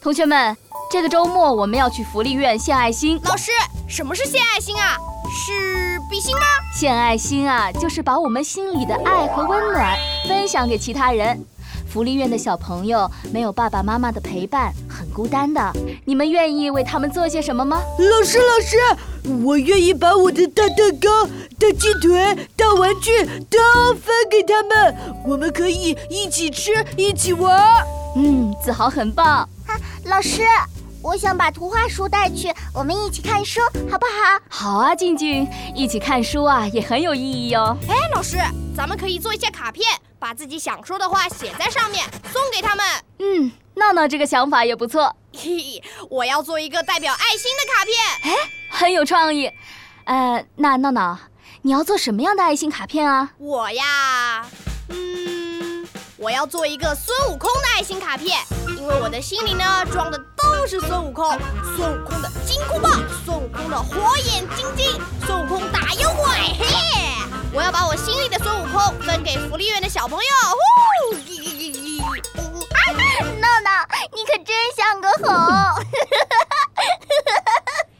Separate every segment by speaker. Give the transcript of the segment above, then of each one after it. Speaker 1: 同学们，这个周末我们要去福利院献爱心。
Speaker 2: 老师，什么是献爱心啊？是比心吗？
Speaker 1: 献爱心啊，就是把我们心里的爱和温暖分享给其他人。福利院的小朋友没有爸爸妈妈的陪伴，很孤单的。你们愿意为他们做些什么吗？
Speaker 3: 老师，老师，我愿意把我的大蛋糕、大鸡腿、大玩具都分给他们，我们可以一起吃，一起玩。
Speaker 1: 嗯，子豪很棒。
Speaker 4: 啊老师，我想把图画书带去，我们一起看书，好不好？
Speaker 1: 好啊，静静，一起看书啊，也很有意义哦。
Speaker 2: 哎，老师，咱们可以做一些卡片，把自己想说的话写在上面，送给他们。
Speaker 1: 嗯，闹闹这个想法也不错，
Speaker 2: 嘿嘿，我要做一个代表爱心的卡片。
Speaker 1: 很有创意。呃，那闹闹，你要做什么样的爱心卡片啊？
Speaker 2: 我呀，嗯，我要做一个孙悟空的爱心卡片，因为我的心里呢装的都是孙悟空，孙悟空的金箍棒，孙悟空的火眼金睛，孙悟空打妖怪，嘿嘿。我要把我心里的孙悟空分给福利院的小朋友。呼咦咦咦咦
Speaker 4: 闹闹，啊你可真像个猴。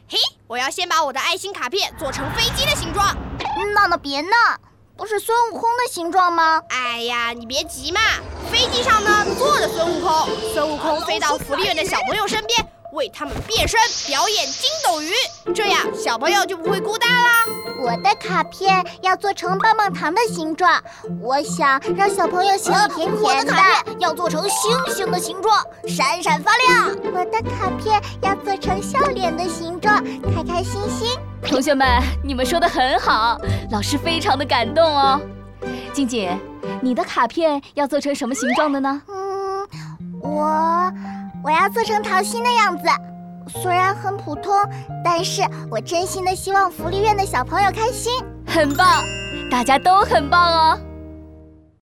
Speaker 2: 嘿，我要先把我的爱心卡片做成飞机的形状。
Speaker 1: 嗯
Speaker 4: 闹闹，别闹，不是孙悟空的形状吗？
Speaker 2: 哎呀，你别急嘛，飞机上呢坐着孙悟空，孙悟空飞到福利院的小朋友身边，为他们变身表演筋斗云，这样小朋友就不会孤单啦。
Speaker 4: 我的卡片要做成棒棒糖的形状，我想让小朋友 心里甜甜的。
Speaker 5: 要做成星星的形状，闪闪发亮。
Speaker 4: 我的卡片要做成笑脸的形状，开开心心。
Speaker 1: 同学们，你们说的很好，老师非常的感动哦。静静，你的卡片要做成什么形状的呢？
Speaker 4: 嗯，我我要做成桃心的样子，虽然很普通，但是我真心的希望福利院的小朋友开心。
Speaker 1: 很棒，大家都很棒哦。